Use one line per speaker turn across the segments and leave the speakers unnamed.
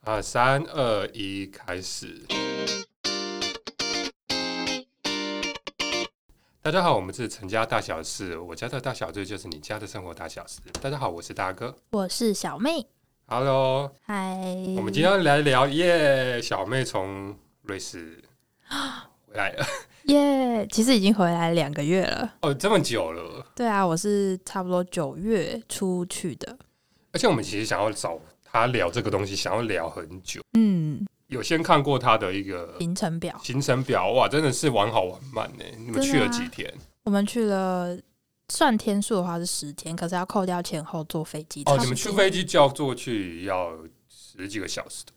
啊，三二一，开始。大家好，我们是陈家大小事，我家的大小事就是你家的生活大小事。大家好，我是大哥。
我是小妹，
Hello，
嗨。
我们今天来聊耶小妹从瑞士回来了，
耶其实已经回来两个月了。
哦，这么久了。
对啊，我是差不多九月出去的。
而且我们其实想要找她聊这个东西，想要聊很久。
嗯，
有先看过她的一个
行程表，
行程表，哇，真的是玩好玩慢呢。你们
真的
去了
啊
几天？
我们去了，算天数的话是十天，可是要扣掉前后坐飞机。
哦，
差
你
不
们
多
去飞机叫坐去要十几个小时的，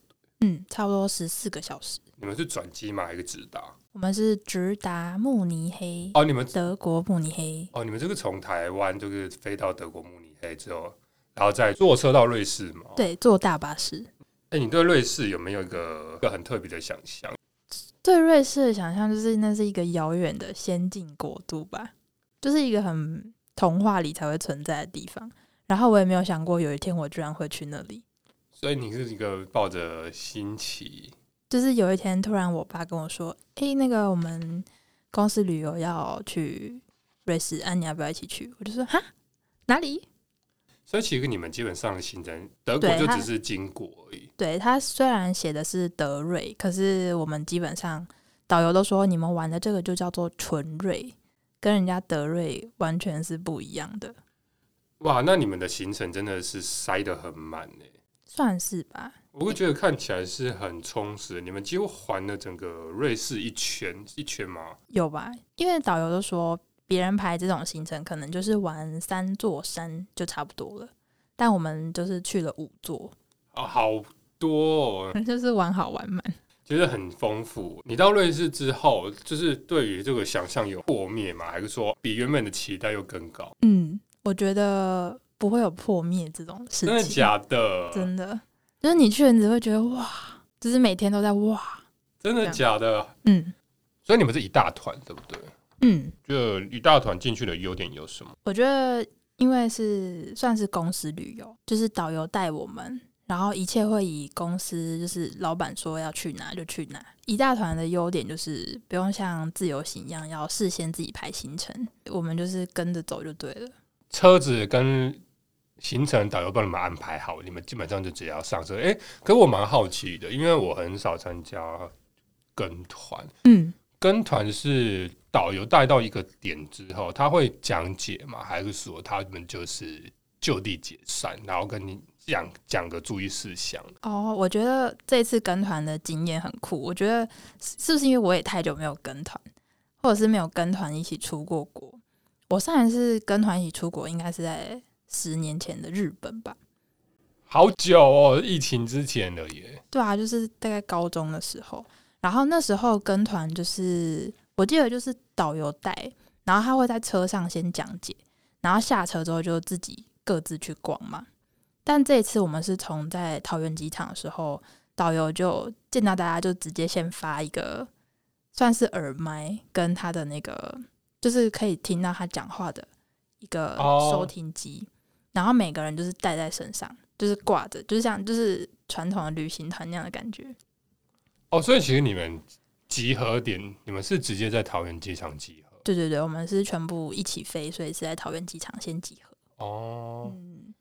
嗯，差不多十四个小时。嗯
你们是转机吗？还是直达？
我们是直达慕尼黑，
哦，你们
德国慕尼黑。
哦，你们这个从台湾就是飞到德国慕尼黑之后，然后再坐车到瑞士嘛？。
对，坐大巴士。
哎、你对瑞士有没有一个一个很特别的想象？
对瑞士的想象就是那是一个遥远的先进国度吧，就是一个很童话里才会存在的地方。然后我也没有想过有一天我居然会去那里，
所以你是一个抱着新奇，
就是有一天突然我爸跟我说：“诶，那个我们公司旅游要去瑞士，安、啊、你要不要一起去？”我就说：“哈，哪里
所以其实你们基本上的行程，德国
对
就
它
只是经过而已。？”
对他虽然写的是德瑞，可是我们基本上导游都说你们玩的这个就叫做纯瑞，跟人家德瑞完全是不一样的。
哇，那你们的行程真的是塞得很满呢。
算是吧。
我会觉得看起来是很充实的，你们几乎环了整个瑞士一圈，一圈吗？
有吧？因为导游都说，别人排这种行程可能就是玩三座山就差不多了，但我们就是去了五座，
啊，好多、哦，
就是玩好玩满。
觉得很丰富。你到瑞士之后，就是对于这个想象有破灭吗？还是说比原本的期待又更高？
嗯，我觉得不会有破灭这种事情，
真的假的？
真的就是你去了，你只会觉得哇，就是每天都在哇，
真的假的？
嗯
所以你们是一大团，对不对？
嗯。
就一大团进去的优点有什么？
我觉得因为是算是公司旅游，就是导游带我们，然后一切会以公司就是老板说要去哪就去哪。一大团的优点就是不用像自由行一样要事先自己排行程，我们就是跟着走就对了。
车子跟行程导游帮你们安排好，你们基本上就只要上车。哎、可我蛮好奇的，因为我很少参加跟团，
嗯，
跟团是导游带到一个点之后，他会讲解嘛，还是说他们就是就地解散，然后跟你讲讲个注意事项？
哦，我觉得这次跟团的经验很酷。我觉得是是不是因为我也太久没有跟团，或者是没有跟团一起出过国？我上一次跟团一起出国应该是在十年前的日本吧。
好久哦，疫情之前了耶。
对啊，就是大概高中的时候，然后那时候跟团就是我记得就是导游带，然后他会在车上先讲解，然后下车之后就自己各自去逛嘛。但这一次我们是从在桃园机场的时候，导游就见到大家就直接先发一个算是耳麦跟他的那个，就是可以听到他讲话的一个
哦
收听机然后每个人就是带在身上，就是挂着，就是像就是传统的旅行团那样的感觉。
哦，所以其实你们集合点，你们是直接在桃园机场集合
对对对，我们是全部一起飞，所以是在桃园机场先集合。
哦。
嗯，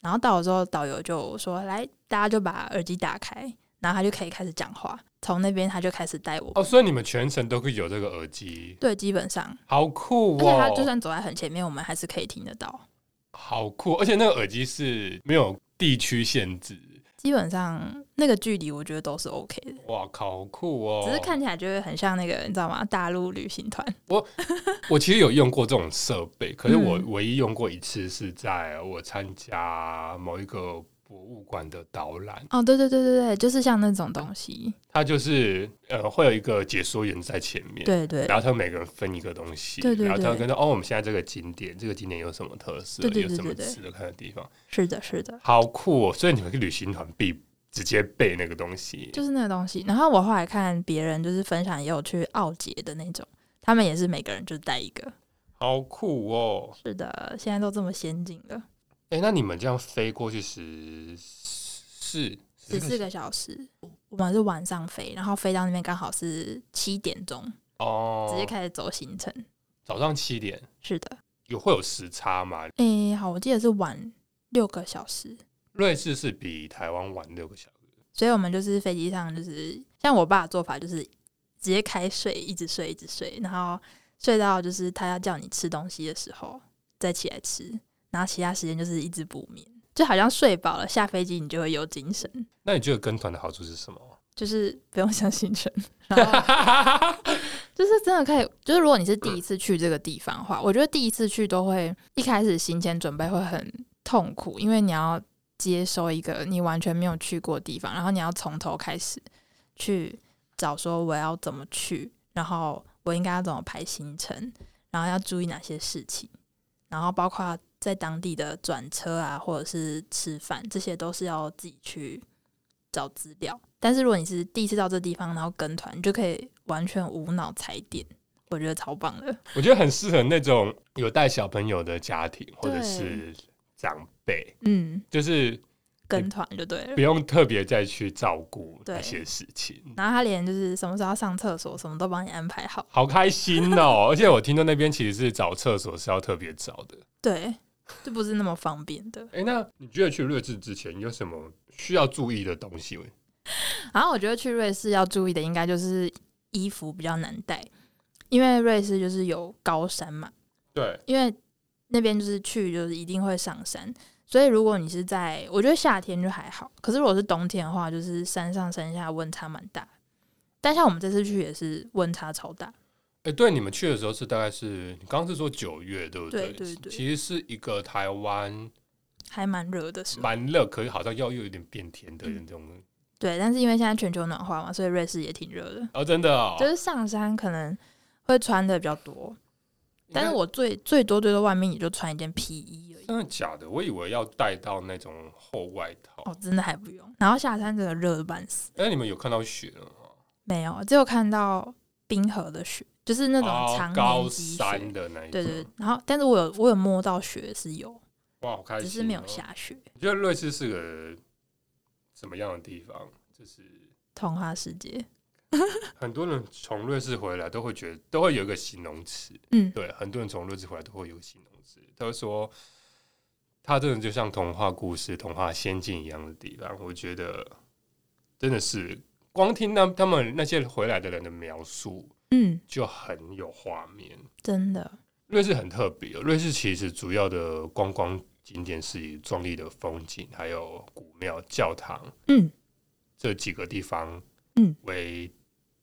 然后到了之后，导游就说：“来，大家就把耳机打开。”然后他就可以开始讲话，从那边他就开始带我。
哦，所以你们全程都会有这个耳机，
对，基本上，
好酷
而且他啊就
哦！
算走在很前面，我们还是可以听得到。
好酷，而且那个耳机是没有地区限制。
基本上那个距离，我觉得都是 OK 的，
哇靠，好酷哦！
只是看起来就会很像那个，你知道吗？大陆旅行团。
我其实有用过这种设备，可是我
嗯
唯一用过一次是在我参加某一个博物馆的导览，
哦，对对对对对，就是像那种东西。
它就是呃会有一个解说员在前面，
对对
然后他们每个人分一个东西，
对对
然后他
对
跟说哦，我们现在这个景点，这个景点有什么特色，
对对对
有什么
对对
值得看的地方，
是的，是的，
好酷哦！所以你们旅行团必直接背那个东西，
就是那个东西。然后我后来看别人就是分享，也有去奥捷的那种，他们也是每个人就带一个。
好酷哦！
是的，现在都这么先进了。
哎，那你们这样飞过去十四
十四个小时。我们是晚上飞，然后飞到那边刚好是七点钟，
哦，
直接开始走行程。
早上七点
是的，
有会有时差吗？
诶、好，我记得是晚六个小时，
瑞士是比台湾晚六个小时，
所以我们就是飞机上就是像我爸的做法，就是直接开睡，一直睡，一直睡，然后睡到就是他要叫你吃东西的时候再起来吃，然后其他时间就是一直补眠，就好像睡饱了下飞机你就会有精神，
那你觉得跟团的好处是什 么？
就是不用想行 程，然后就是真的可以，就是如果你是第一次去这个地方的话，我觉得第一次去都会一开始行前准备会很痛苦，因为你要接收一个你完全没有去过的地方，然后你要从头开始去找说我要怎么去，然后我应该要怎么排行程，然后要注意哪些事情，然后包括在当地的转车啊，或者是吃饭，这些都是要自己去找资料。但是如果你是第一次到这地方，然后跟团，你就可以完全无脑踩点，我觉得超棒的。
我觉得很适合那种有带小朋友的家庭或者
对
是长辈，
嗯，
就是
跟团就对了
不。用特别再去照顾
对
那些事情。
然后他连就是什么时候要上厕所，什么都帮你安排好。
好开心哦！ 而且我听到那边其实是找厕所是要特别找的。
对，这不是那么方便的。
哎、那你觉得去瑞士之前有什么需要注意的东西吗？
然后我觉得去瑞士要注意的，应该就是衣服比较难带，因为瑞士就是有高山嘛，
对，
因为那边就是去就是一定会上山，所以如果你是在，我觉得夏天就还好，可是如果是冬天的话，就是山上山下温差蛮大。但像我们这次去也是温差超大，
哎、对，你们去的时候是大概是你刚刚是说九月，对不
对
对
对对
其实是一个台湾
还蛮热的时候。
蛮热，可是好像又又有点变天的那种。
嗯对，但是因为现在全球暖化嘛，所以瑞士也挺热的，
哦，真的哦
就。是上山可能会穿的比较多，
应该
但是我最最多最多外面也就穿一件皮衣而已。
真的假的？我以为要带到那种厚外套。哎
哦，真的还不用。然后下山真的热的半死，
那、你们有看到雪了吗？
没有，只有看到冰河的雪，就是那种
哦
常
高
年积雪。
山的那一
对
种。
对，然后但是我有我有摸到雪是有，
哇，好开心、
只
哦！
是没有下雪。
你觉得瑞士是个什么样的地方？就是
童话世界，
很多人从瑞士回来都会觉得，都会有一个形容词。
嗯，
对，很多人从瑞士回来都会有个形容词，他会说，它真的就像童话故事、童话仙境一样的地方。我觉得真的是，光听到他们那些回来的人的描述，
嗯，
就很有画面。
真的，
瑞士很特别哦，瑞士其实主要的观光景点是以壮丽的风景，还有古庙、教堂。
嗯，
这几个地方
嗯
为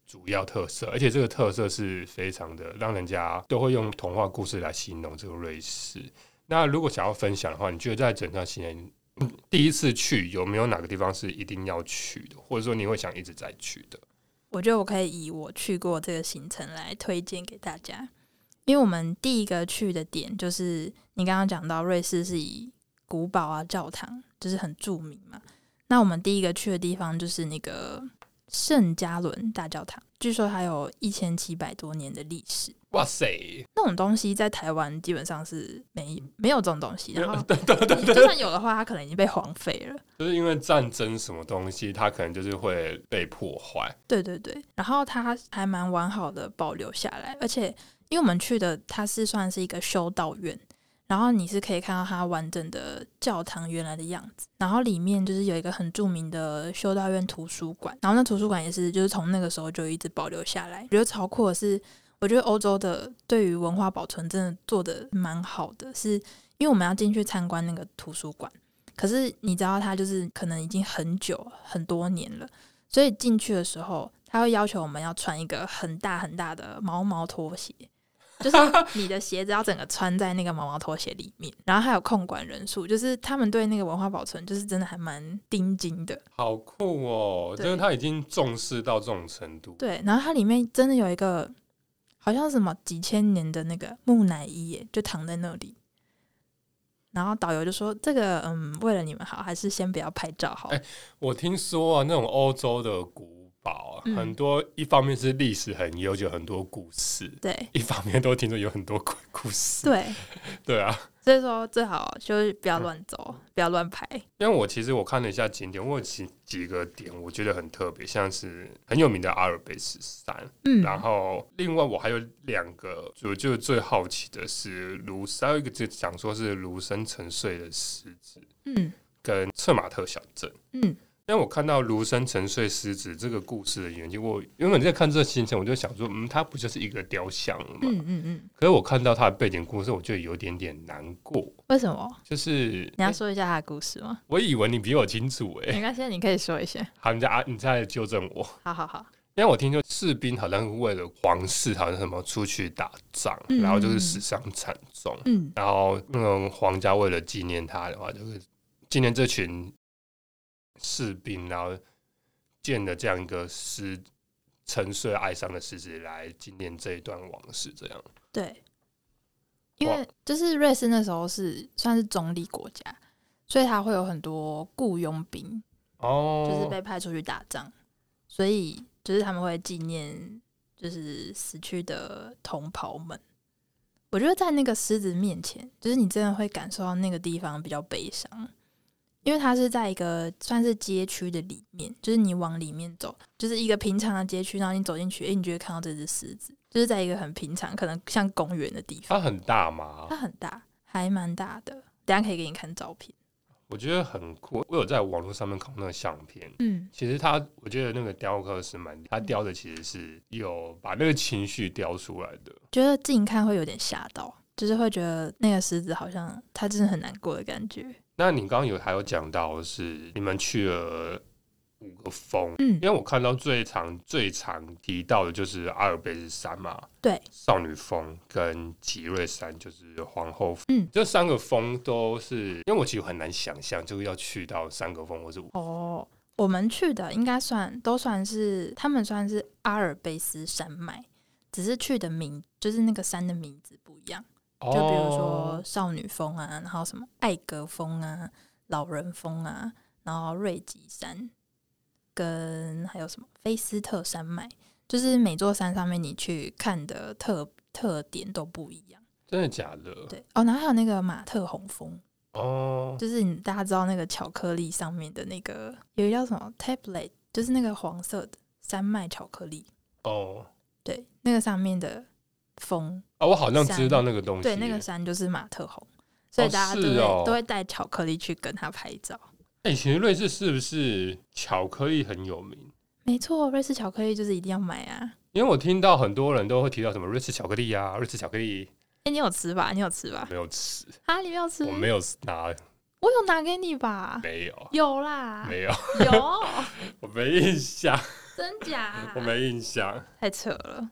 主要特色，而且这个特色是非常的让人家都会用童话故事来形容这个瑞士。那如果想要分享的话，你觉得在整趟行程嗯第一次去有没有哪个地方是一定要去的，或者说你会想一直再去的？
我觉得我可以以我去过这个行程来推荐给大家，因为我们第一个去的点就是你刚刚讲到瑞士是以古堡啊、教堂就是很著名嘛，那我们第一个去的地方就是那个圣加伦大教堂，据说它有一千七百多年的历史。
哇塞，
那种东西在台湾基本上是没没有这种东西，然后
对对对
就算有的话，它可能已经被荒废了。
就是因为战争什么东西，它可能就是会被破坏。
对对对，然后它还蛮完好的保留下来，而且因为我们去的它是算是一个修道院，然后你是可以看到它完整的教堂原来的样子，然后里面就是有一个很著名的修道院图书馆，然后那图书馆也是就是从那个时候就一直保留下来，我觉得超酷的是。我觉得欧洲的对于文化保存真的做的蛮好的，是因为我们要进去参观那个图书馆，可是你知道它就是可能已经很久很多年了，所以进去的时候，他会要求我们要穿一个很大很大的毛毛拖鞋， 就是你的鞋子要整个穿在那个毛毛拖鞋里面。然后还有控管人数，就是他们对那个文化保存就是真的还蛮盯紧的。
好酷哦！
对
就是他已经重视到这种程度。
对，然后它里面真的有一个好像什么几千年的那个木乃伊耶，就躺在那里。然后导游就说：“这个，嗯，为了你们好，还是先不要拍照好。
哎我听说啊，那种欧洲的古堡啊、
嗯
很多，一方面是历史很悠久，很多故事；
对
一方面都听说有很多鬼故事。
对，
对啊，
所以说最好就是不
嗯
要乱走，不要乱排。
因为我其实我看了一下景点，我有几几个点我觉得很特别，像是很有名的阿尔卑斯山，
嗯，
然后另外我还有两个，我就最好奇的是庐山，还有一个就讲说是庐山沉睡的狮子
嗯
跟策马特小镇。
嗯
但我看到《庐山沉睡狮子》这个故事的原因，我原本在看这个行程，我就想说，嗯，它不就是一个雕像吗？
嗯嗯嗯，
可是我看到它的背景故事，我就有点点难过，
为什么？
就是
你要
诶
说一下他的故事 吗？
我以为你比我清楚 哎、
没关系，你可以说一些。
好，你在啊，你在纠正我，
好好好，
因为我听说士兵好像是为了皇室，好像什么出去打仗，
嗯
然后就是死伤惨重，
嗯
然后那种皇家为了纪念他的话，就是纪念这群士兵，然后建了这样一个狮沉睡哀伤的狮子来纪念这一段往事，这样。
对，因为就是瑞士那时候是算是中立国家，所以他会有很多雇佣兵，就是
哦，
被派出去打仗，所以就是他们会纪念就是死去的同袍们。我觉得在那个狮子面前，就是你真的会感受到那个地方比较悲伤，因为它是在一个算是街区的里面，就是你往里面走，就是一个平常的街区，然后你走进去，诶、你就会看到这只狮子，就是在一个很平常，可能像公园的地
它
方，
很大嘛
它，很大，还蛮大的，等一下可以给你看照片。
我觉得很酷。我有在网络上面看过那个相片，
嗯
其实他，我觉得那个雕刻是蛮，他雕的其实是有把那个情绪雕出来的。
觉得近看会有点吓到，就是会觉得那个狮子好像它真的很难过的感觉。
那你刚刚有还有讲到是你们去了五个峰，
嗯
因为我看到最常最常提到的就是阿尔卑斯山嘛，
对，
少女峰跟吉瑞山就是皇后峰，
嗯
这三个峰都是，因为我其实很难想象就是要去到三个峰或是五，
哦，我们去的应该算都算是他们算是阿尔卑斯山脉，只是去的名就是那个山的名字不一样，
就
就比如
哦
说少女峰啊，然后什么艾格峰啊、老人峰啊，然后瑞吉山跟还有什么菲斯特山脉，就是每座山上面你去看的特特点都不一样。
真的假的？
对哦，然后还有那个马特洪峰，
哦，
就是你大家知道那个巧克力上面的那个有一个叫什么 tablet，就是那个黄色的山脉巧克力，
哦，
对，那个上面的峰，
啊，我好像
山
知道那个东西，欸
对，那个山就是马特洪，所以大家
是
都会、
哦
都会带巧克力去跟他拍照。
哎、其实瑞士是不是巧克力很有名？
没错，瑞士巧克力就是一定要买啊！
因为我听到很多人都会提到什么瑞士巧克力啊，瑞士巧克力
哎、你有吃吧？你有吃吧？
没有吃，
啊，你没有吃？
我没有拿，
我有拿给你吧？
没有，
有啦，
没有，
有，
我没印象，
真 假？
我没印象。
太扯了。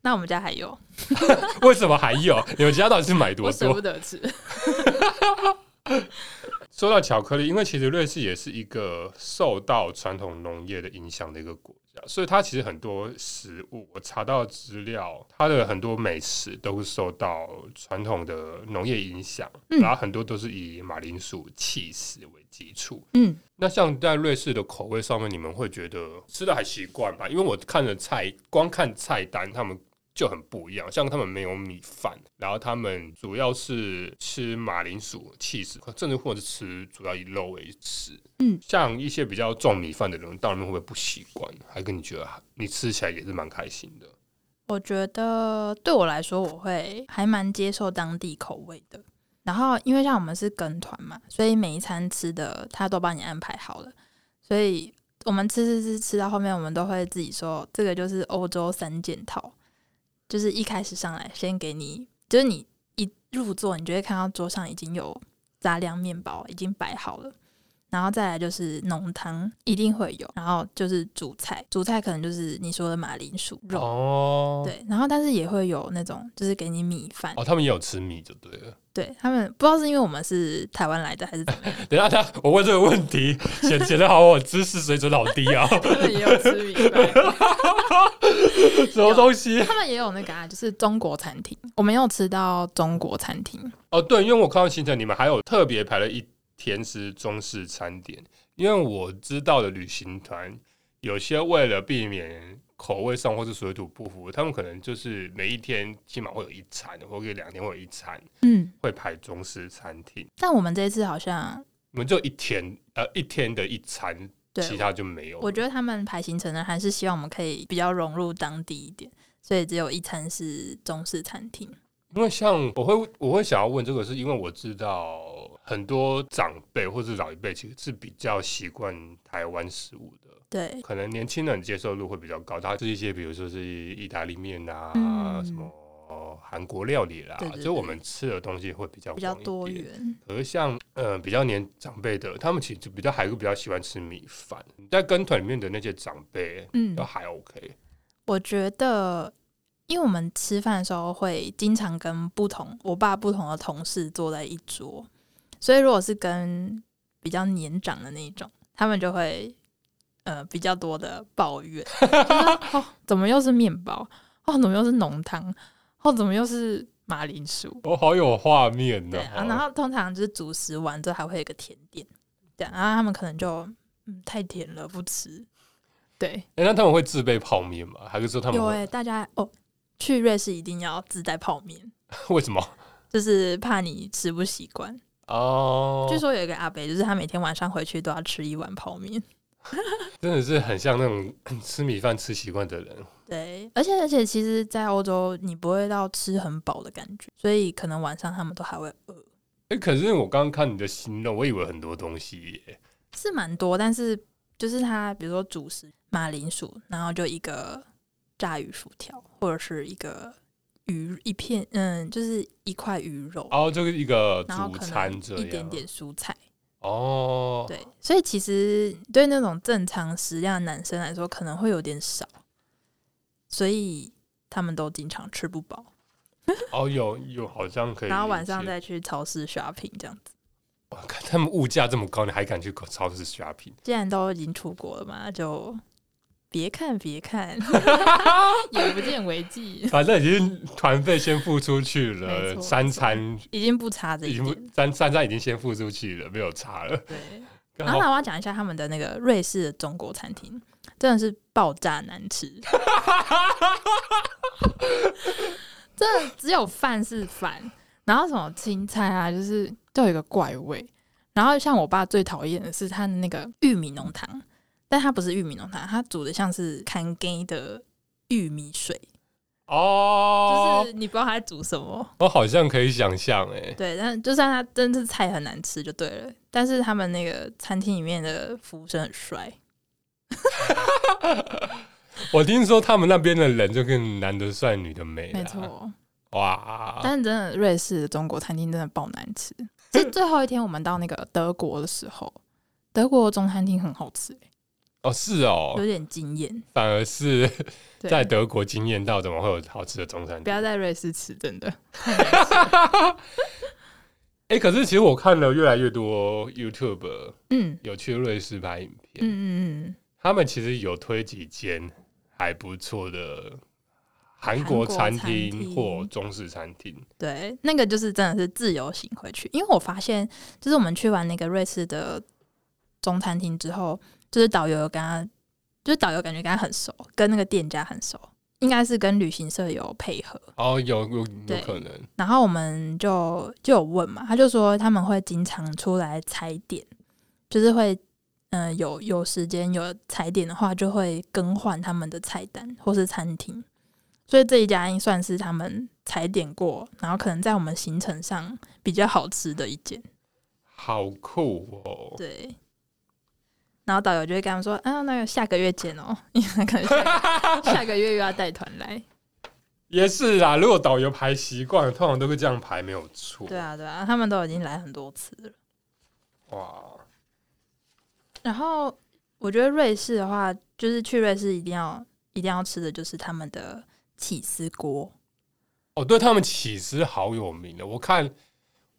那我们家还有，
为什么还 有？你们家到底是买多
我舍
多
不？得吃。
说到巧克力，因为其实瑞士也是一个受到传统农业的影响的一个国家，所以它其实很多食物，我查到的资料，它的很多美食都是受到传统的农业影响，
嗯
然后很多都是以马铃薯、起司为基础。
嗯，
那像在瑞士的口味上面，你们会觉得吃的还习惯吧？因为我看了菜，光看菜单，他们就很不一样。像他们没有米饭，然后他们主要是吃马铃薯、气死，甚至或者吃主要以肉为食。
嗯，
像一些比较重米饭的人，到那边会不会不习惯？还跟你觉得你吃起来也是蛮开心的。
我觉得对我来说，我会还蛮接受当地口味的。然后，因为像我们是跟团嘛，所以每一餐吃的他都帮你安排好了。所以我们吃吃吃吃到后面，我们都会自己说，这个就是欧洲三件套，就是一开始上来先给你，就是你一入座，你就会看到桌上已经有杂粮面包已经摆好了。然后再来就是浓汤一定会有，然后就是主菜，主菜可能就是你说的马铃薯肉，
哦，
对，然后但是也会有那种就是给你米饭，
哦，他们也有吃米就对了。
对他们不知道是因为我们是台湾来的还是怎 么样，
等一下，他我问这个问题，显显得好我知识水准好低 啊，
他们也有吃米饭，
什么东西？
他们也有那个啊，就是中国餐厅，我们有吃到中国餐厅，
哦，对，因为我看到行程，你们还有特别排了一天是中式餐点，因为我知道的旅行团有些为了避免口味上或是水土不服，他们可能就是每一天起码会有一餐，或者两天会有一餐
嗯，
会排中式餐厅。
但我们这一次好像，
我们就一天呃一天的一餐，其
对，
他就没有了。
我觉得他们排行程呢，还是希望我们可以比较融入当地一点，所以只有一餐是中式餐厅。
因为像我会我会想要问这个，是因为我知道很多长辈或是老一辈其实是比较习惯台湾食物的，
对，
可能年轻人接受度会比较高，它是一些比如说是意大利面啊，
嗯
什么韩国料理啦，
对对对
就我们吃的东西会比较
比较
广一
多
点。
元。
而像呃比较年长辈的，他们其实就比较还是比较喜欢吃米饭，在跟团里面的那些长辈
嗯
都，还 OK，
我觉得，因为我们吃饭的时候会经常跟不同我爸不同的同事坐在一桌，所以如果是跟比较年长的那一种，他们就会呃比较多的抱怨，就是哦怎么又是面包，哦怎么又是浓汤，哦怎么又是马铃薯，
我、哦好有画面
对
呢、
啊，然后通常就是主食完之后还会有一个甜点，对啊，然后他们可能就嗯太甜了不吃，对，
哎、那他们会自备泡面吗？还是说他们
有
会
哎、大家哦，去瑞士一定要自带泡面，
为什么？
就是怕你吃不习惯。
哦，
据说有一个阿伯，就是他每天晚上回去都要吃一碗泡面。
真的是很像那种 吃米饭吃习惯的人。
对，而且而且，其实，在欧洲你不会到吃很饱的感觉，所以可能晚上他们都还会饿，
哎、可是我刚刚看你的形容，我以为很多东西耶。
是蛮多。但是就是他，比如说主食马铃薯，然后就一个炸鱼薯条，或者是一个鱼一片，嗯，就是一块鱼肉，
哦，就是一个
然后
主
可
餐
能
这
一
样。啊
点点蔬菜。
哦，
对，所以其实对那种正常食量的男生来说，可能会有点少，所以他们都经常吃不饱，
哦，有有，好像可以理解。
然后晚上再去超市 shopping 这样子。
哇，看他们物价这么高，你还敢去超市 shopping？
既然都已经出国了嘛，就别看 别看，眼不见为净，
反正已经团费先付出去
没
了，
错
三餐
已经不差这
已
一
经付
点。
三三餐已经先付出去了，没有差了。
对，
刚
然
好
后那我要讲一下他们的那个瑞士的中国餐厅，真的是爆炸难吃。 真的只有饭是饭，然后什么青菜啊，就是都有一个怪味。然后像我爸最讨厌的是他的那个玉米浓汤，但它不是玉米浓汤，它煮的像是看干的玉米水，
哦，
就是你不知道它在煮什么。
我好像可以想象，哎，
对，但就算它真的是菜很难吃就对了，但是他们那个餐厅里面的服务生很帅。
我听说他们那边的人就更男的帅，女的美，
没，错，
哇，
但是真的瑞士的中国餐厅真的爆难 吃。其实最后一天我们到那个德国的时候，德国的中餐厅很好吃、
哦，是哦
有，点惊艳。
反而是
对，
在德国惊艳到，怎么会有好吃的中餐
不
厅？
要在瑞士吃，真的。
哎、可是其实我看了越来越多 YouTube
嗯
有去瑞士拍影
嗯
片，
嗯嗯，
他们其实有推几间还不错的韩国餐
韩国餐
厅
厅
或中式餐厅。
对，那个就是真的是自由行回去，因为我发现，就是我们去完那个瑞士的中餐厅之后，就是导游有跟他，就是导游感觉跟他很熟，跟那个店家很熟，应该是跟旅行社有配合。
哦，有有有
对
可能
然后我们就就有问嘛，他就说他们会经常出来踩点，就是会，嗯、有有时间有踩点的话，就会更换他们的菜单或是餐厅，所以这一家应算是他们踩点过，然后可能在我们行程上比较好吃的一间，
好酷哦！
对。然后导游就会跟他们说：“啊，那个下个月见哦，因为可能下个下个月又要带团来。
也是啦，如果导游排习惯，了，通常都会这样排，没有”错。
对，啊，对啊，他们都已经来很多次了。
哇，
然后我觉得瑞士的话，就是去瑞士一定要一定要吃的就是他们的起司锅。
哦，对他们起司好有名的。我看，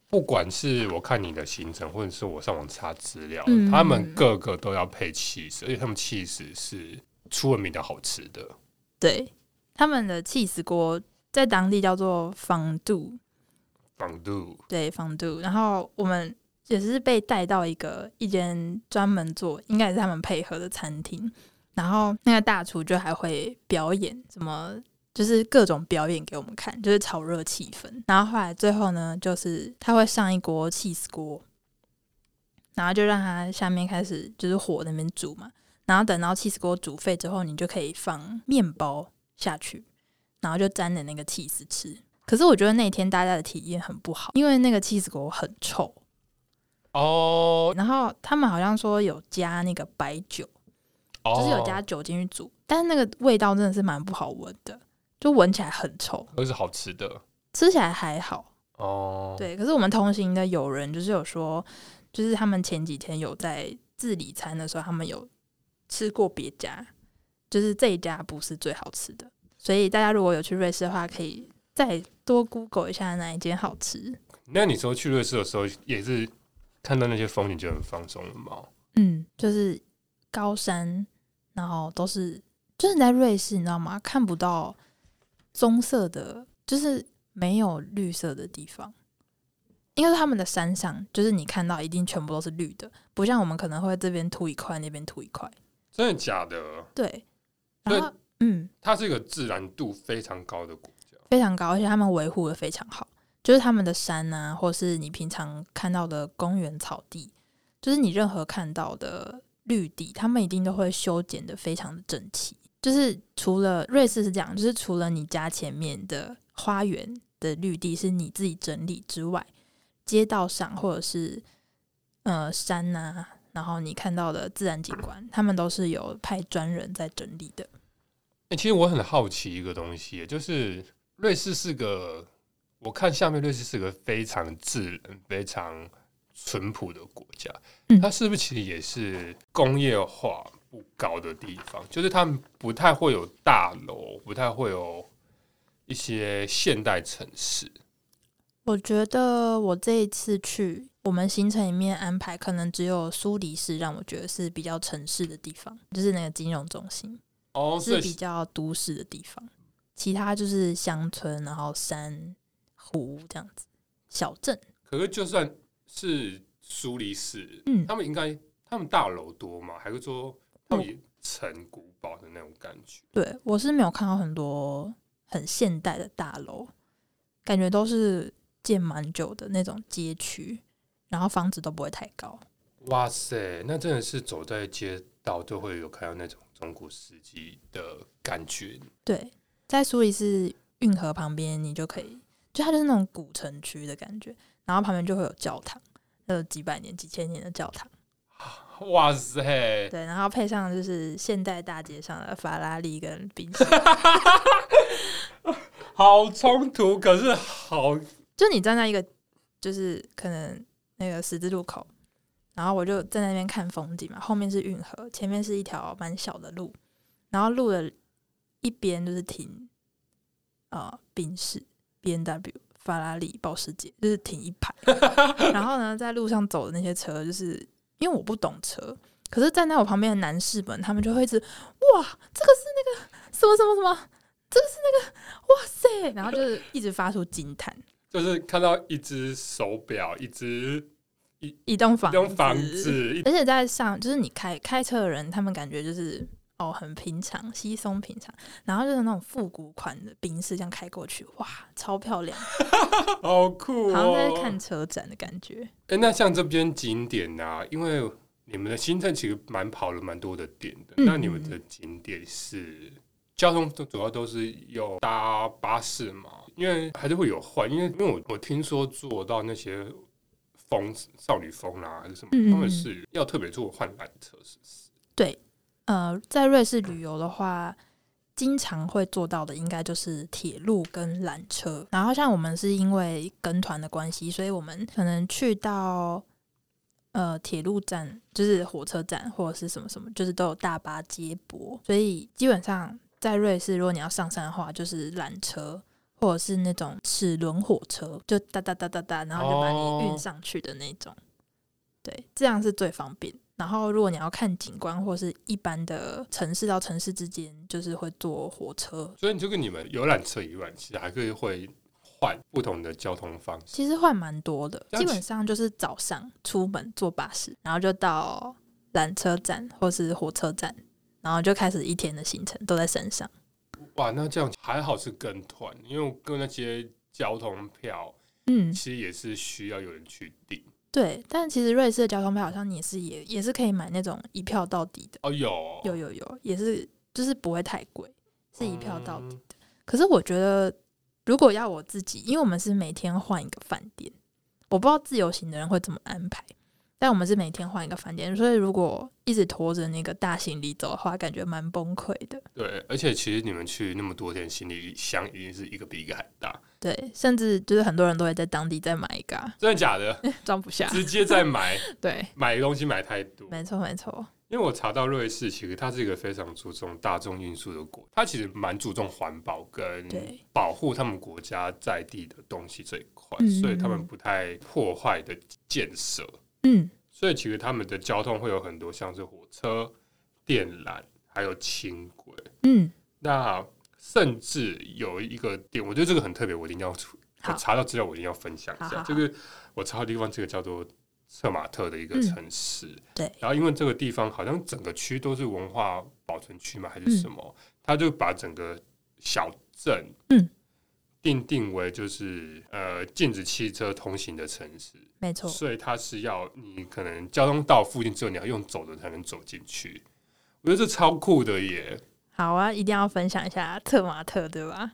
不管是我看你的行程，或者是我上网查资料，
嗯
他们个个都要配起司，而且他们起司是出了名的好吃的。
对，他们的起司锅在当地叫做防度，
绑度
对防度。然后我们也是被带到一个一间专门做，应该也是他们配合的餐厅。然后那个大厨就还会表演什么，就是各种表演给我们看，就是炒热气氛。然后后来最后呢，就是他会上一锅 cheese 锅，然后就让它下面开始就是火那边煮嘛。然后等到 cheese 锅煮沸之后，你就可以放面包下去，然后就沾着那个 cheese 吃。可是我觉得那天大家的体验很不好，因为那个 cheese 锅很臭，
哦，
然后他们好像说有加那个白酒。
哦
就是有加，酒精去煮，但是那个味道真的是蛮不好闻的，就闻起来很臭，
都是好吃的
吃起来还好。
哦。，
对，可是我们同行的友人就是有说，就是他们前几天有在自理餐的时候，他们有吃过别家，就是这一家不是最好吃的，所以大家如果有去瑞士的话，可以再多 Google 一下哪一间好吃。
那你说去瑞士的时候也是看到那些风景就很放松了吗？
嗯，就是高山，然后都是就是你在瑞士，你知道吗？看不到棕色的，就是没有绿色的地方。应该是他们的山上，就是你看到一定全部都是绿的，不像我们可能会这边秃一块，那边秃一块。
真的假的？
对，
对
然后嗯，
它是一个自然度非常高的国家。
非常高，而且他们维护的非常好，就是他们的山啊，或是你平常看到的公园草地，就是你任何看到的绿地，他们一定都会修剪的非常的整齐。就是除了瑞士是这样，就是除了你家前面的花园的绿地是你自己整理之外，街道上或者是呃山呐、然后你看到的自然景观，他们都是有派专人在整理的。
哎、其实我很好奇一个东西，就是瑞士是个，我看下面瑞士是个非常自然、非常淳朴的国家。
嗯
它是不是其实也是工业化不高的地方？就是他们不太会有大楼，不太会有一些现代城市。
我觉得我这一次去，我们行程里面安排可能只有苏黎世让我觉得是比较城市的地方，就是那个金融中心
哦，所
是
以
比较都市的地方，其他就是乡村，然后山湖这样子小镇。
可是就算是苏黎世，
嗯
他们应该他们大楼多嘛？还是说他们也城古堡的那种感觉？
对我是没有看到很多很现代的大楼，感觉都是建蛮久的那种街区，然后房子都不会太高。
哇塞，那真的是走在街道就会有看到那种中古世纪的感觉。
对，在苏黎世运河旁边，你就可以，就它就是那种古城区的感觉，然后旁边就会有教堂，有几百年、几千年的教堂，
哇塞，
对，然后配上就是现代大街上的法拉利跟宾士，
好冲突，可是好
就你站在一个就是可能那个十字路口，然后我就站在那边看风景嘛，后面是运河，前面是一条蛮小的路，然后路的一边就是停呃宾士、B N W、法拉利、保时捷，就是停一排。然后呢，在路上走的那些车，就是因为我不懂车。可是站在我旁边的男士们，他们就会一直哇，这个是那个什么什么什么，这个是那个哇塞，然后就是一直发出惊叹。
就是看到一只手表，一只
一栋房
一栋房，子，一
而且在上就是你开开车的人，他们感觉就是哦很平常，稀松平常，然后就是那种复古款的宾士这样开过去，哇，超漂亮，
好酷
好像在看
哦！
车展的感觉。
哎、那像这边景点啊，因为你们的行程其实蛮跑了蛮多的点的，
嗯
那你们的景点是交通都主要都是有搭巴士嘛？因为还是会有换，因为因为我我听说坐到那些风少女风啦、还是什么，
嗯嗯嗯
他们是要特别坐换缆车，是不是？
对，呃，在瑞士旅游的话，经常会做到的应该就是铁路跟缆车。然后像我们是因为跟团的关系，所以我们可能去到呃铁路站，就是火车站或者是什么什么，就是都有大巴接驳。所以基本上在瑞士，如果你要上山的话，就是缆车。或者是那种齿轮火车，就哒哒哒哒哒，然后就把你
哦
运上去的那种。对，这样是最方便。然后，如果你要看景观或是一般的城市到城市之间，就是会坐火车。
所以你就跟你们游览车以外，其实还可以会换不同的交通方式。
其实换蛮多的，
这样
基
子
本上就是早上出门坐巴士，然后就到缆车站或是火车站，然然后就开始一天的行程都在山上。
哇，那这样还好是跟团，因为我跟那些交通票
嗯，
其实也是需要有人去订。
对。但其实瑞士的交通票好像也是也也是可以买那种一票到底的，
哦，有哦
有有有，也是就是不会太贵，是一票到底。
嗯
可是我觉得如果要我自己，因为我们是每天换一个饭店，我不知道自由行的人会怎么安排。但我们是每天换一个饭店，所以如果一直拖着那个大行李走的话，感觉蛮崩溃的。
对，而且其实你们去那么多天，行李箱一定是一个比一个还大，
对，甚至就是很多人都会在当地再买一个、啊，
真的假的？
装不 下。
直接再买，
对，
买东西买太多。
没错没错，
因为我查到瑞士，其实它是一个非常注重大众运输的国，它其实蛮注重环保跟
对
保护他们国家在地的东西这一块，
嗯
所以他们不太破坏的建设，
嗯，
所以其实他们的交通会有很多像是火车、电缆，还有轻轨。
嗯，
那甚至有一个点，我觉得这个很特别，我一定要出。我
好
查到资料，我一定要分享一
好
下。
好好
这个我查到的地方，这个叫做策马特的一个
嗯
城市。
对
然后因为这个地方好像整个区都是文化保存区嘛，还是什么，他就把整个小镇
嗯
定定为就是呃禁止汽车通行的城市，
没错，
所以它是要你可能交通道附近只有你要用走的才能走进去。我觉得这超酷的耶！
好啊，一定要分享一下特马特，对吧？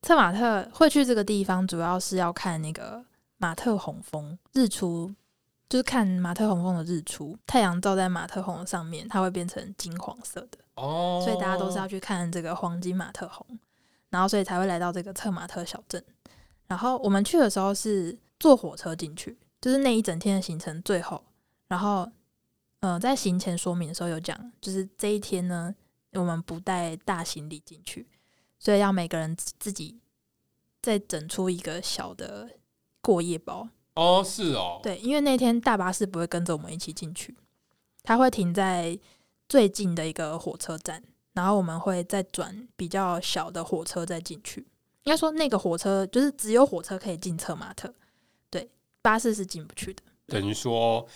特马特会去这个地方，主要是要看那个马特洪峰日出，就是看马特洪峰的日出，太阳照在马特洪上面，它会变成金黄色的，
哦，
所以大家都是要去看这个黄金马特洪，然后所以才会来到这个特马特小镇。然后我们去的时候是坐火车进去，就是那一整天的行程最后，然后呃在行前说明的时候有讲，就是这一天呢我们不带大行李进去，所以要每个人自自己再整出一个小的过夜包。
哦，是哦，
对，因为那天大巴士不会跟着我们一起进去，它会停在最近的一个火车站，然后我们会再转比较小的火车再进去。应该说那个火车就是只有火车可以进策马特，对，巴士是进不去的。
等于说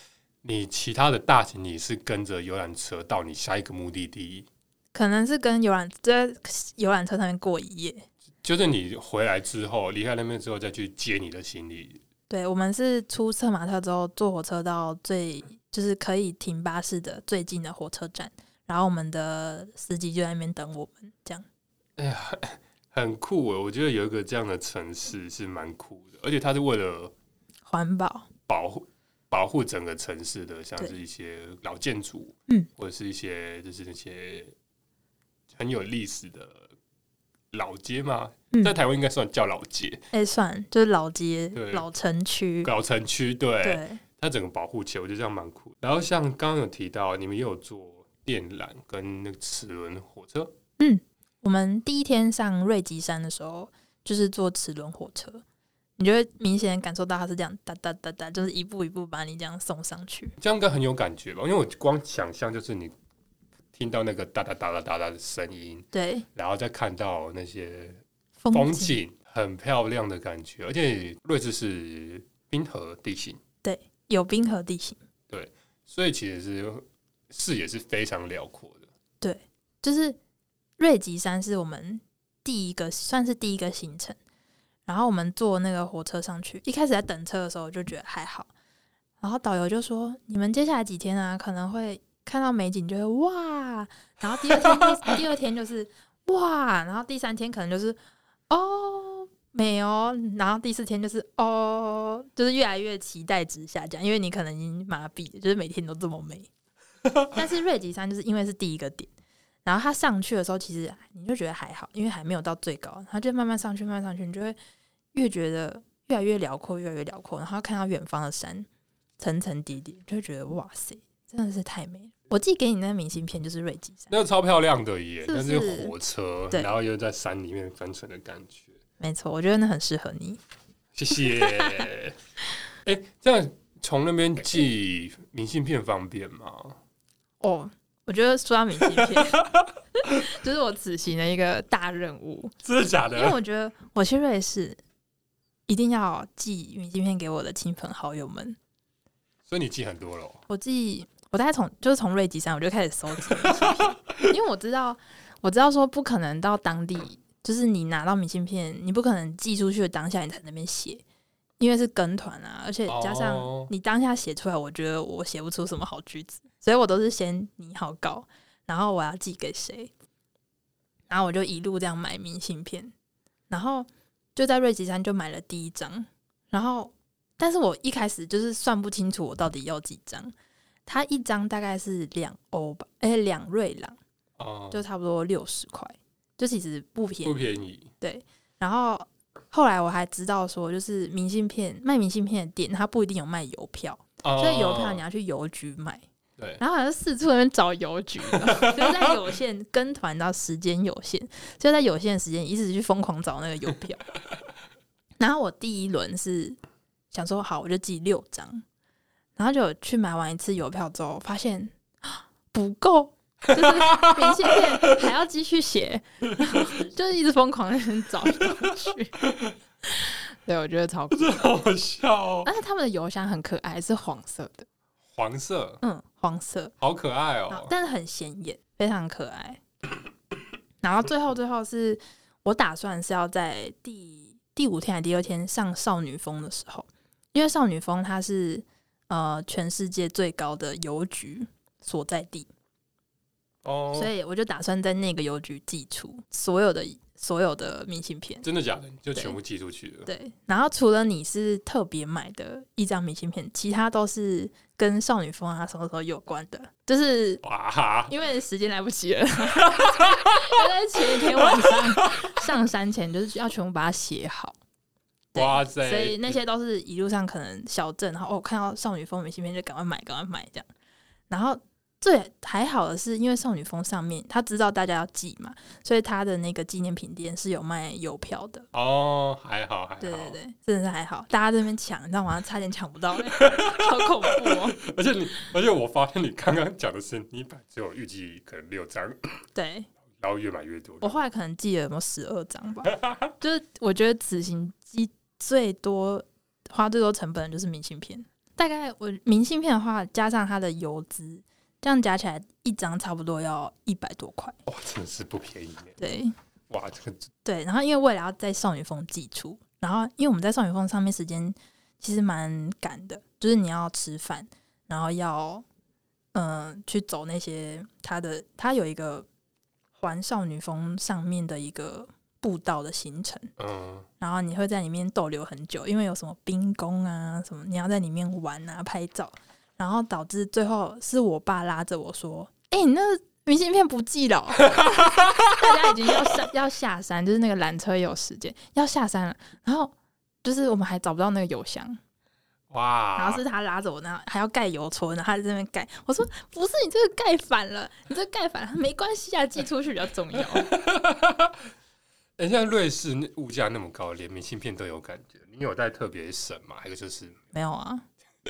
你其他的大行李是跟着游览车到你下一个目的地，
可能是跟游览在游览车上面过一夜，
就是你回来之后离开那边之后再去接你的行李。
对，我们是出策马特之后坐火车到最就是可以停巴士的最近的火车站，然后我们的司机就在那边等我们，这样。
很酷诶，我觉得有一个这样的城市是蛮酷的，而且它是为了
环保，
保护保护整个城市的，像
对
是一些老建筑，
嗯，
或者是一些就是那些很有历史的老街嘛，
嗯，
在台湾应该算叫老街、
哎、算就是老街
对、
老城区，
老城区，
嗯对，
它整个保护起来，我觉得这样蛮酷。然后像刚刚有提到，你们也有做电缆跟那个齿轮火车，
我们第一天上瑞吉山的时候，就是坐齿轮火车，你就会明显感受到它是这样哒哒哒哒，就是一步一步把你这样送上去。
这样应该很有感觉吧？因为我光想象就是你听到那个哒哒哒哒哒哒的声音，
对，
然后再看到那些
风
风景，很漂亮的感觉。而且瑞士是冰河地形，
有冰河地形，
所以其实是视野是非常辽阔的。
就是瑞吉山是我们第一个算是第一个行程，然后我们坐那个火车上去，一开始在等车的时候就觉得还好，然后导游就说你们接下来几天啊可能会看到美景就会哇，然后第二天第 第二天就是哇，然后第三天可能就是哦。美哦，然后第四天就是哦，就是越来越期待值下降，因为你可能已经麻痹了，就是每天都这么美。但是瑞吉山就是因为是第一个点，然后它上去的时候，其实你就觉得还好，因为还没有到最高，它就慢慢上去，慢慢上去，你就会越觉得越来越辽阔，越来越辽阔，然后看到远方的山层层叠叠，就会觉得哇塞，真的是太美了。我寄给你那个明信片就是瑞吉山，
那个超漂亮的耶，
是不
那
是
是火车，
对
然后又在山里面翻船的感觉。
没错，我觉得那很适合你。
谢谢。 哎、这样从那边寄明信片方便吗？
哦，我觉得说到明信片，就是我此行的一个大任务，
真的假
因为
的？
我觉得我去瑞士一定要寄明信片给我的亲朋好友们。
所以你寄很多了哦、
我寄我大概从就是从瑞吉山我就开始搜集，因为我知道我知道说不可能到当地，就是你拿到明信片，你不可能寄出去的当下你才在那边写，因为是跟团啊，而且加上
哦
你当下写出来，我觉得我写不出什么好句子，所以我都是先拟好稿，然后我要寄给谁，然后我就一路这样买明信片，然后就在瑞吉山就买了第一张，然后但是我一开始就是算不清楚我到底要几张，它一张大概是两欧吧，哎、两瑞郎
哦，
就差不多六十块，就其实不便宜
不。便宜
然后后来我还知道说，就是明信片卖明信片的店，它不一定有卖邮票，
哦，
所以邮票你要去邮局买。
对
然后好像四处那边找邮局吧， 就是在有限跟团到时间有限，就在有限的时间一直去疯狂找那个邮票。然后我第一轮是想说好，我就寄六张，然后就去买完一次邮票之后，发现啊不够，就是明信片还要继续写，然后就是一直疯狂的找邮局。 对，我觉得超酷，
好笑哦，
而且他们的邮箱很可爱，是黄色的，
黄色
嗯，黄色。
好可爱
然后
哦，
但是很显眼，非常可爱。然后最后最后是我打算是要在第第五天还是第六天上少女峰的时候，因为少女峰它是呃全世界最高的邮局所在地，
哦，
所以我就打算在那个邮局寄出所有的所有的明信片。
真的假的？你就
对
全部寄出去了，
对，然后除了你是特别买的一张明信片，其他都是跟少女峰啊什么时候有关的，就是
哇哈，
因为时间来不及了，要在前一天晚上上山前就是要全部把它写好，对
哇塞，
所以那些都是一路上可能小镇，然后哦看到少女峰明信片就赶快买，赶快买这样。然后最还好的是，因为少女峰上面他知道大家要寄嘛，所以他的那个纪念品店是有卖邮票的。
哦，还好还好，
对对对，真的是还好，大家这边抢，你知道吗？差点抢不 到、欸，好恐怖哦！
而且你，而且我发现你刚刚讲的是，你本来只有预计可能六张，
对，
然后越买越多。
我后来可能记了有没有十二张吧，就是我觉得此行记最多花最多成本的就是明信片，大概我明信片的话加上它的邮资，这样加起来一张差不多要一百多块，
哇，真的是不便宜耶！
对
哇，这个
对，然后因为为了要在少女峰寄出，然后因为我们在少女峰上面时间其实蛮赶的，就是你要吃饭，然后要嗯、呃去走那些它的它有一个环少女峰上面的一个步道的行程。
嗯，
然后你会在里面逗留很久，因为有什么冰宫啊什么，你要在里面玩啊拍照，然后导致最后是我爸拉着我说：“哎、你那明信片不寄了哦、大家已经要下要下山，就是那个缆车也有时间要下山了。”然后就是我们还找不到那个邮箱，
哇，
然后是他拉着我，然后还要盖邮戳，然后他在那边盖。我说不是，你这个盖反了，你这个盖反了，没关系啊，寄出去比较重要。
诶哎像瑞士那物价那么高，连明信片都有感觉。你有在特别省吗？还有就是
没有啊，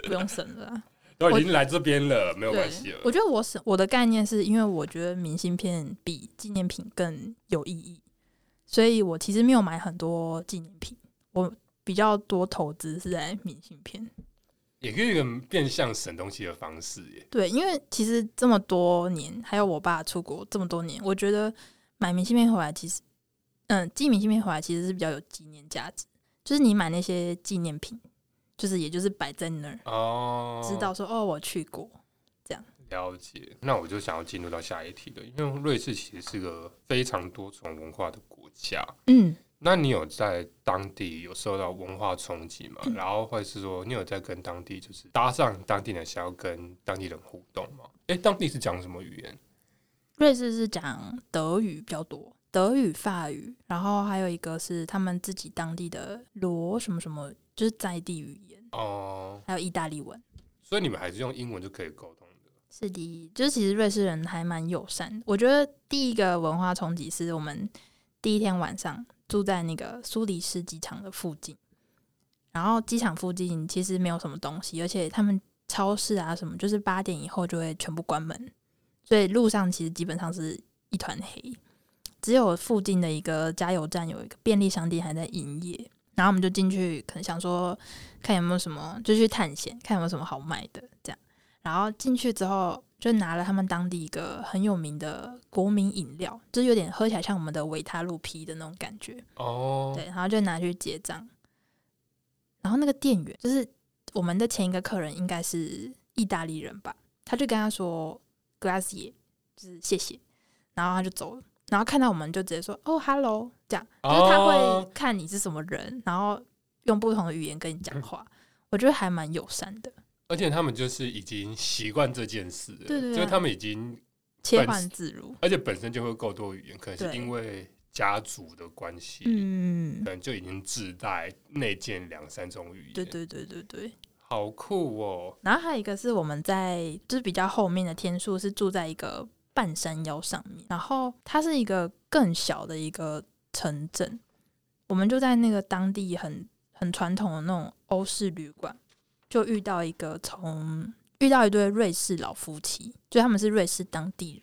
不用省了啊、
都
我
已经来这边了，没有
对，
关系了
我。觉得我是我的概念是因为我觉得明信片比纪念品更有意义，所以我其实没有买很多纪念品，我比较多投资是在明信片。
也是一个变相省东西的方式耶。
对，因为其实这么多年，还有我爸出国这么多年，我觉得买明信片回来，其实，嗯，寄明信片回来其实是比较有纪念价值。就是你买那些纪念品，就是也就是摆在那儿，
哦，
知道说哦，我去过。
了解。那我就想要进入到下一题了，因为瑞士其实是个非常多重文化的国家。
嗯，
那你有在当地有受到文化冲击吗？
嗯
然后或者是说，你有在跟当地就是搭上当地人，想要跟当地人互动吗？诶，当地是讲什么语言？
瑞士是讲德语比较多，德语、法语，然后还有一个是他们自己当地的罗什么什么，就是在地语言，
哦、
还有意大利文。
所以你们还是用英文就可以沟通的。
是的，就是其实瑞士人还蛮友善。我觉得第一个文化冲击是我们第一天晚上住在那个苏黎世机场的附近，然后机场附近其实没有什么东西，而且他们超市啊什么，就是八点以后就会全部关门，所以路上其实基本上是一团黑。只有附近的一个加油站有一个便利商店还在营业，然后我们就进去，可能想说看有没有什么，就去探险，看有没有什么好卖的这样。然后进去之后就拿了他们当地一个很有名的国民饮料，就是有点喝起来像我们的维他露 P 的那种感觉。
哦，
对，然后就拿去结账。然后那个店员就是我们的前一个客人，应该是意大利人吧？他就跟他说 “grazie”，就是谢谢，然后他就走了。然后看到我们就直接说“哦，hello”，这样，就是他
哦
会看你是什么人，然后用不同的语言跟你讲话。我觉得还蛮友善的，
而且他们就是已经习惯这件事了，
对对对
就是他们已经，
切
本
换自如。
而且本身就会够多语言，可能是
对
因为家族的关系，
嗯
可，能就已经自带内建两三种语言，
对，对对对对。
好酷哦！
然后还有一个是我们在就是比较后面的天数是住在一个半山腰上面，然后它是一个更小的一个城镇，我们就在那个当地很很传统的那种欧式旅馆，就遇到一个从遇到一对瑞士老夫妻，就他们是瑞士当地人，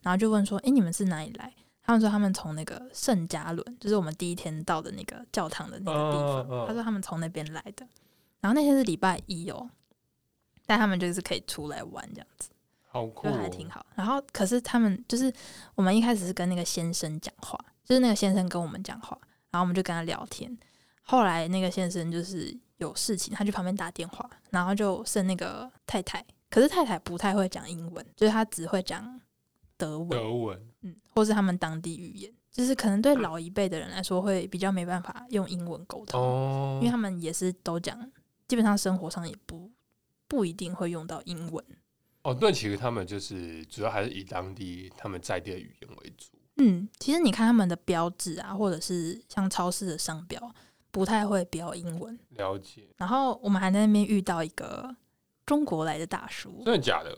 然后就问说：“诶，你们是哪里来？”他们说他们从那个圣加伦，就是我们第一天到的那个教堂的那个地方。
嗯嗯嗯
他说他们从那边来的。然后那天是礼拜一哦，但他们就是可以出来玩这样子，
好酷、
就
哦，
还挺好。然后可是他们就是我们一开始是跟那个先生讲话，就是那个先生跟我们讲话，然后我们就跟他聊天。后来那个先生就是有事情，他去旁边打电话，然后就剩那个太太，可是太太不太会讲英文，就是她只会讲德文。
德文，
嗯，或是他们当地语言，就是可能对老一辈的人来说会比较没办法用英文沟通，
哦，
因为他们也是都讲，基本上生活上也不不一定会用到英文。
哦，对，其实他们就是主要还是以当地他们在地的语言为主。
嗯，其实你看他们的标志啊，或者是像超市的商标，不太会标英文。
了解，
然后我们还在那边遇到一个中国来的大叔，
真的假的？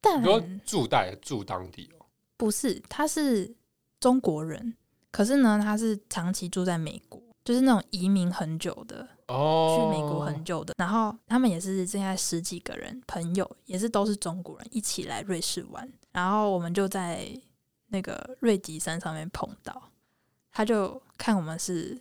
但
你说住在住当地哦，
不是，他是中国人，可是呢，他是长期住在美国，就是那种移民很久的
哦，
去美国很久的，然后他们也是现在十几个人朋友，也是都是中国人，一起来瑞士玩。然后我们就在那个瑞吉山上面碰到，他就看我们是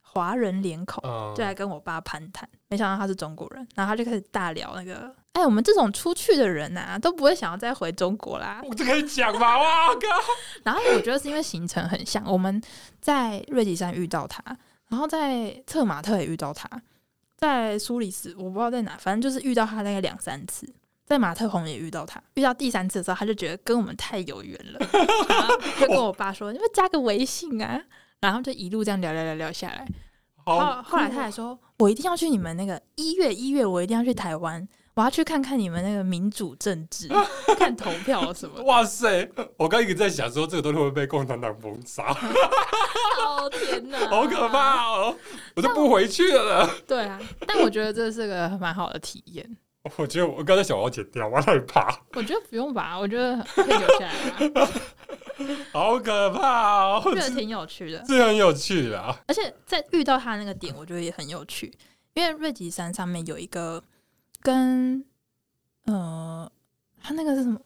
华人脸孔，
嗯，
就来跟我爸攀谈。没想到他是中国人，然后他就开始大聊那个，哎，我们这种出去的人啊，都不会想要再回中国啦。
我这可以讲吗？哇靠！
然后我觉得是因为行程很像，我们在瑞吉山遇到他，然后在策马特也遇到他，在苏黎世我不知道在哪，反正就是遇到他大概两三次，在马特洪也遇到他，遇到第三次的时候他就觉得跟我们太有缘了，然后就跟我爸说：“你们加个微信啊。”然后就一路这样聊聊聊聊下来，后
好，
后来他还说：“我一定要去你们那个一月一月，我一定要去台湾，我要去看看你们那个民主政治，看投票什么的。”
哇塞！我刚一直在想说，这个东西会不会被共产党封 杀，
哦天哪，
好可！怕 哦！我就不回去了 呢。
对啊，但我觉得这是个蛮好的体验。
我觉得我刚才想我要剪掉，我害怕，
我觉得不用吧，我觉得可以留下 来吧，
好可怕哦！
我觉得
这
挺有趣的。
这很有趣啊啦。
而且在遇到他那个点，我觉得也很有趣，因为瑞吉山上面有一个跟呃，他那个是什么？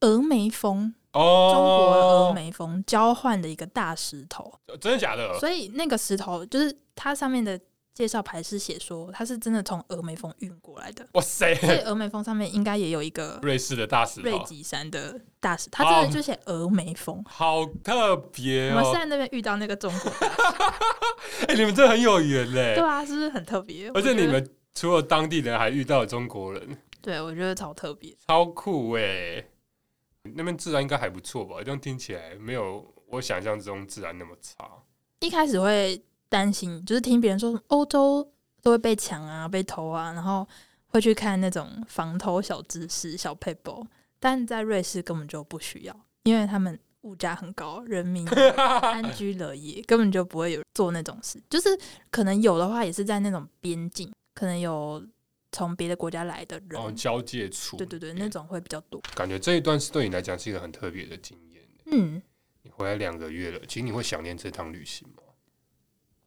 峨眉峰，
哦，
中国峨眉峰交换的一个大石头，
真的假的？
所以那个石头就是它上面的介绍牌是写说它是真的从峨眉峰运过 来的，
哇塞！
所以峨眉峰上面应该也有一个
瑞哦士的大石哦
瑞
头，
吉山的大使，他真的就写峨眉峰。
好特别
我们是
哦！
在那边遇到那个中国人，
哎，你们真的很有缘嘞
对。啊，是不是很特别？
而且
我觉得
你们除了当地人，还遇到了中国人，
对我觉得超特别。
超酷哎、那边自然应该还不错吧？这样听起来没有我想象中自然那么 差。
一开始会担心，就是听别人说什么欧洲都会被抢啊、被偷啊，然后会去看那种防偷小知识、小 paper，但在瑞士根本就不需要，因为他们物价很高，人 民安居乐业，根本就不会有做那种事。就是可能有的话，也是在那种边境，可能有从别的国家来的人，
然后交界处，
对对对，那种会比较多。
感觉这一段是对你来讲是一个很特别的经验。
嗯，
你回来两个月了，其实你会想念这趟旅行吗？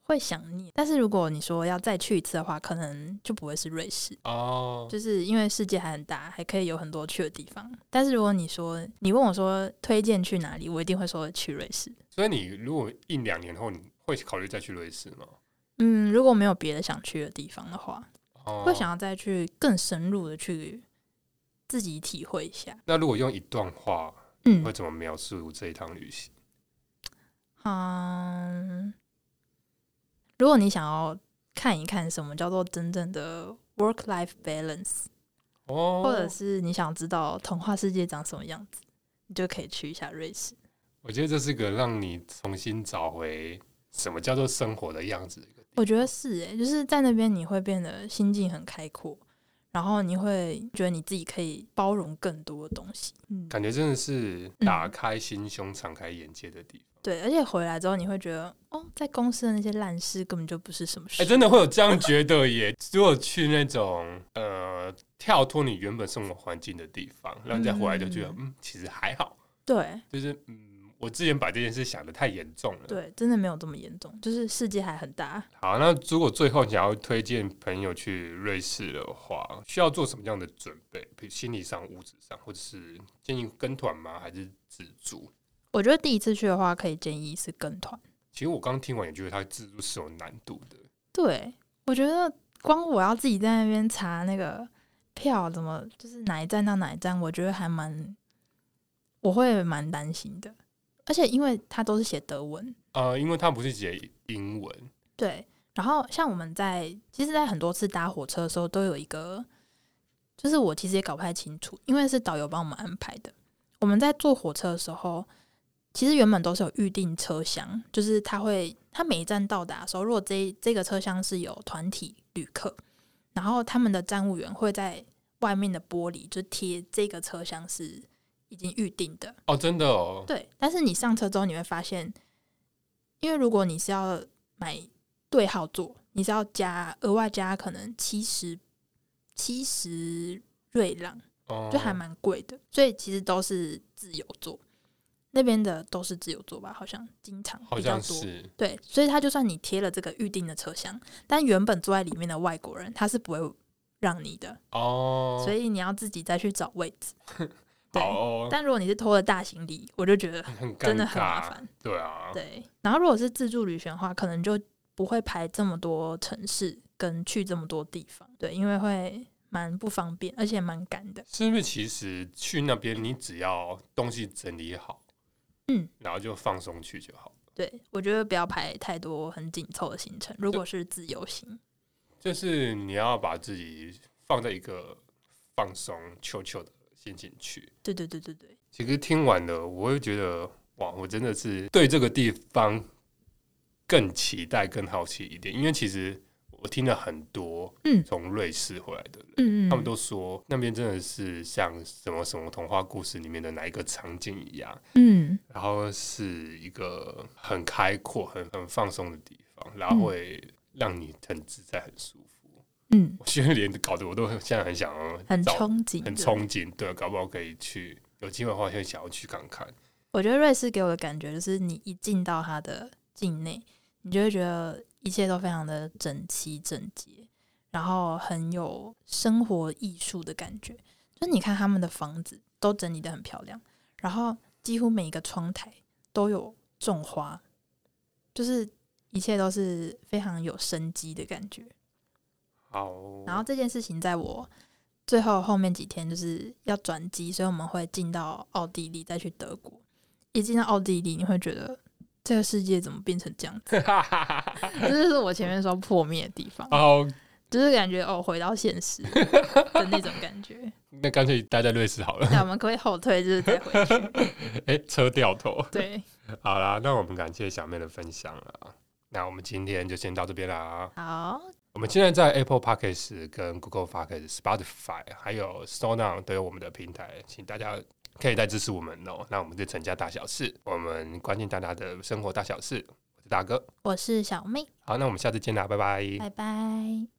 会想念。但是如果你说要再去一次的话，可能就不会是瑞士，
哦，
就是因为世界还很大，还可以有很多去的地方。但是如果你说你问我说推荐去哪里，我一定会说去瑞士。
所以你如果一两年后，你会考虑再去瑞士吗？
嗯，如果没有别的想去的地方的话，
哦
会想要再去更深入的去自己体会一下。
那如果用一段话，
嗯
会怎么描述这一趟旅行？
嗯，如果你想要看一看什么叫做真正的 work life balance，、
哦，
或者是你想知道童话世界长什么样子，你就可以去一下瑞士。
我觉得这是个让你重新找回什么叫做生活的样子的一个地
我觉得是、诶，就是在那边你会变得心境很开阔，然后你会觉得你自己可以包容更多的东西。嗯
方，感觉真的是打开心胸、敞开眼界的地方。
对，而且回来之后你会觉得，哦，在公司的那些烂事根本就不是什么事。
哎、真的会有这样觉得耶！ 如果去那种呃跳脱你原本生活环境的地方，让人家回来就觉得
嗯
嗯其实还好，
对
就是嗯，我之前把这件事想的太严重了。
对，真的没有这么严重，就是世界还很大。
好，那如果最后想要推荐朋友去瑞士的话，需要做什么样的准备？比如心理上、物质上，或者是建议跟团吗？还是自助？
我觉得第一次去的话，可以建议是跟团。
其实我刚听完也觉得它自助是有难度的。
对，我觉得光我要自己在那边查那个票怎么，就是哪一站到哪一站，我觉得还蛮，我会蛮担心的。而且因为它都是写德文，
呃，因为它不是写英文，
对。然后像我们在，其实，在很多次搭火车的时候，都有一个，就是我其实也搞不太清楚，因为是导游帮我们安排的。我们在坐火车的时候，其实原本都是有预定车厢，就是他会，他每一站到达的时候，如果这一这个车厢是有团体旅客，然后他们的站务员会在外面的玻璃就贴这个车厢是已经预定的，
哦，真的哦，
对，但是你上车之后你会发现，因为如果你是要买对号座，你是要加额外加可能七十七十瑞郎，
哦
就还蛮贵的，所以其实都是自由座。那边的都是自由座吧，好像经常
好
比较
像
多。
是
对，所以他就算你贴了这个预定的车厢，但原本坐在里面的外国人他是不会让你的，
哦，
所以你要自己再去找位 置。对，
好哦，
但如果你是拖了大行李，我就觉得
很尴尬，
真的很麻烦。
对啊，
对，然后如果是自助旅行的话，可能就不会排这么多城市跟去这么多地方，对，因为会蛮不方便，而且蛮赶的。
是不是其实去那边你只要东西整理好，
嗯，
然后就放松去就好。
对，我觉得不要排太多很紧凑的行程，如果是自由行，
就是你要把自己放在一个放松、求求的心情去。
对对对对对，
其实听完了，我会觉得哇，我真的是对这个地方更期待、更好奇一点，因为其实我听了很多，
嗯
从瑞士回来的人，
嗯嗯，
他们都说那边真的是像什么什么童话故事里面的哪一个场景一样，
嗯
然后是一个很开阔、很很放松的地方，然后会让你很自在、很舒服。
嗯
我觉得连搞得我都很现在很想要
很
找
憧憬，
很憧憬，对，啊搞不好可以去，有机会的话就想要去看看。
我觉得瑞士给我的感觉就是，你一进到它的境内，你就会觉得一切都非常的整齐整洁，然后很有生活艺术的感觉。就是你看他们的房子都整理的很漂亮，然后几乎每一个窗台都有种花，就是一切都是非常有生机的感觉。
好，
然后这件事情在我最后后面几天就是要转机，所以我们会进到奥地利，再去德国。一进到奥地利，你会觉得这个世界怎么变成这样子？这就是我前面说破灭的地方，
哦，
就是感觉哦回到现实的那种感觉。
那干脆待在瑞士好了。
那我们可不可以后退，就是再回去。
哎、车掉头。
对，
好啦，那我们感谢小妹的分享了。那我们今天就先到这边啦。
好，
我们现在在 Apple Podcast、跟 Google Podcast、Spotify 还有 s o n o n 都有我们的平台，请大家可以再支持我们哦。那我们是成家大小事，我们关心大家的生活大小事。我是大哥，
我是小妹，
好，那我们下次见啦，拜拜
拜拜。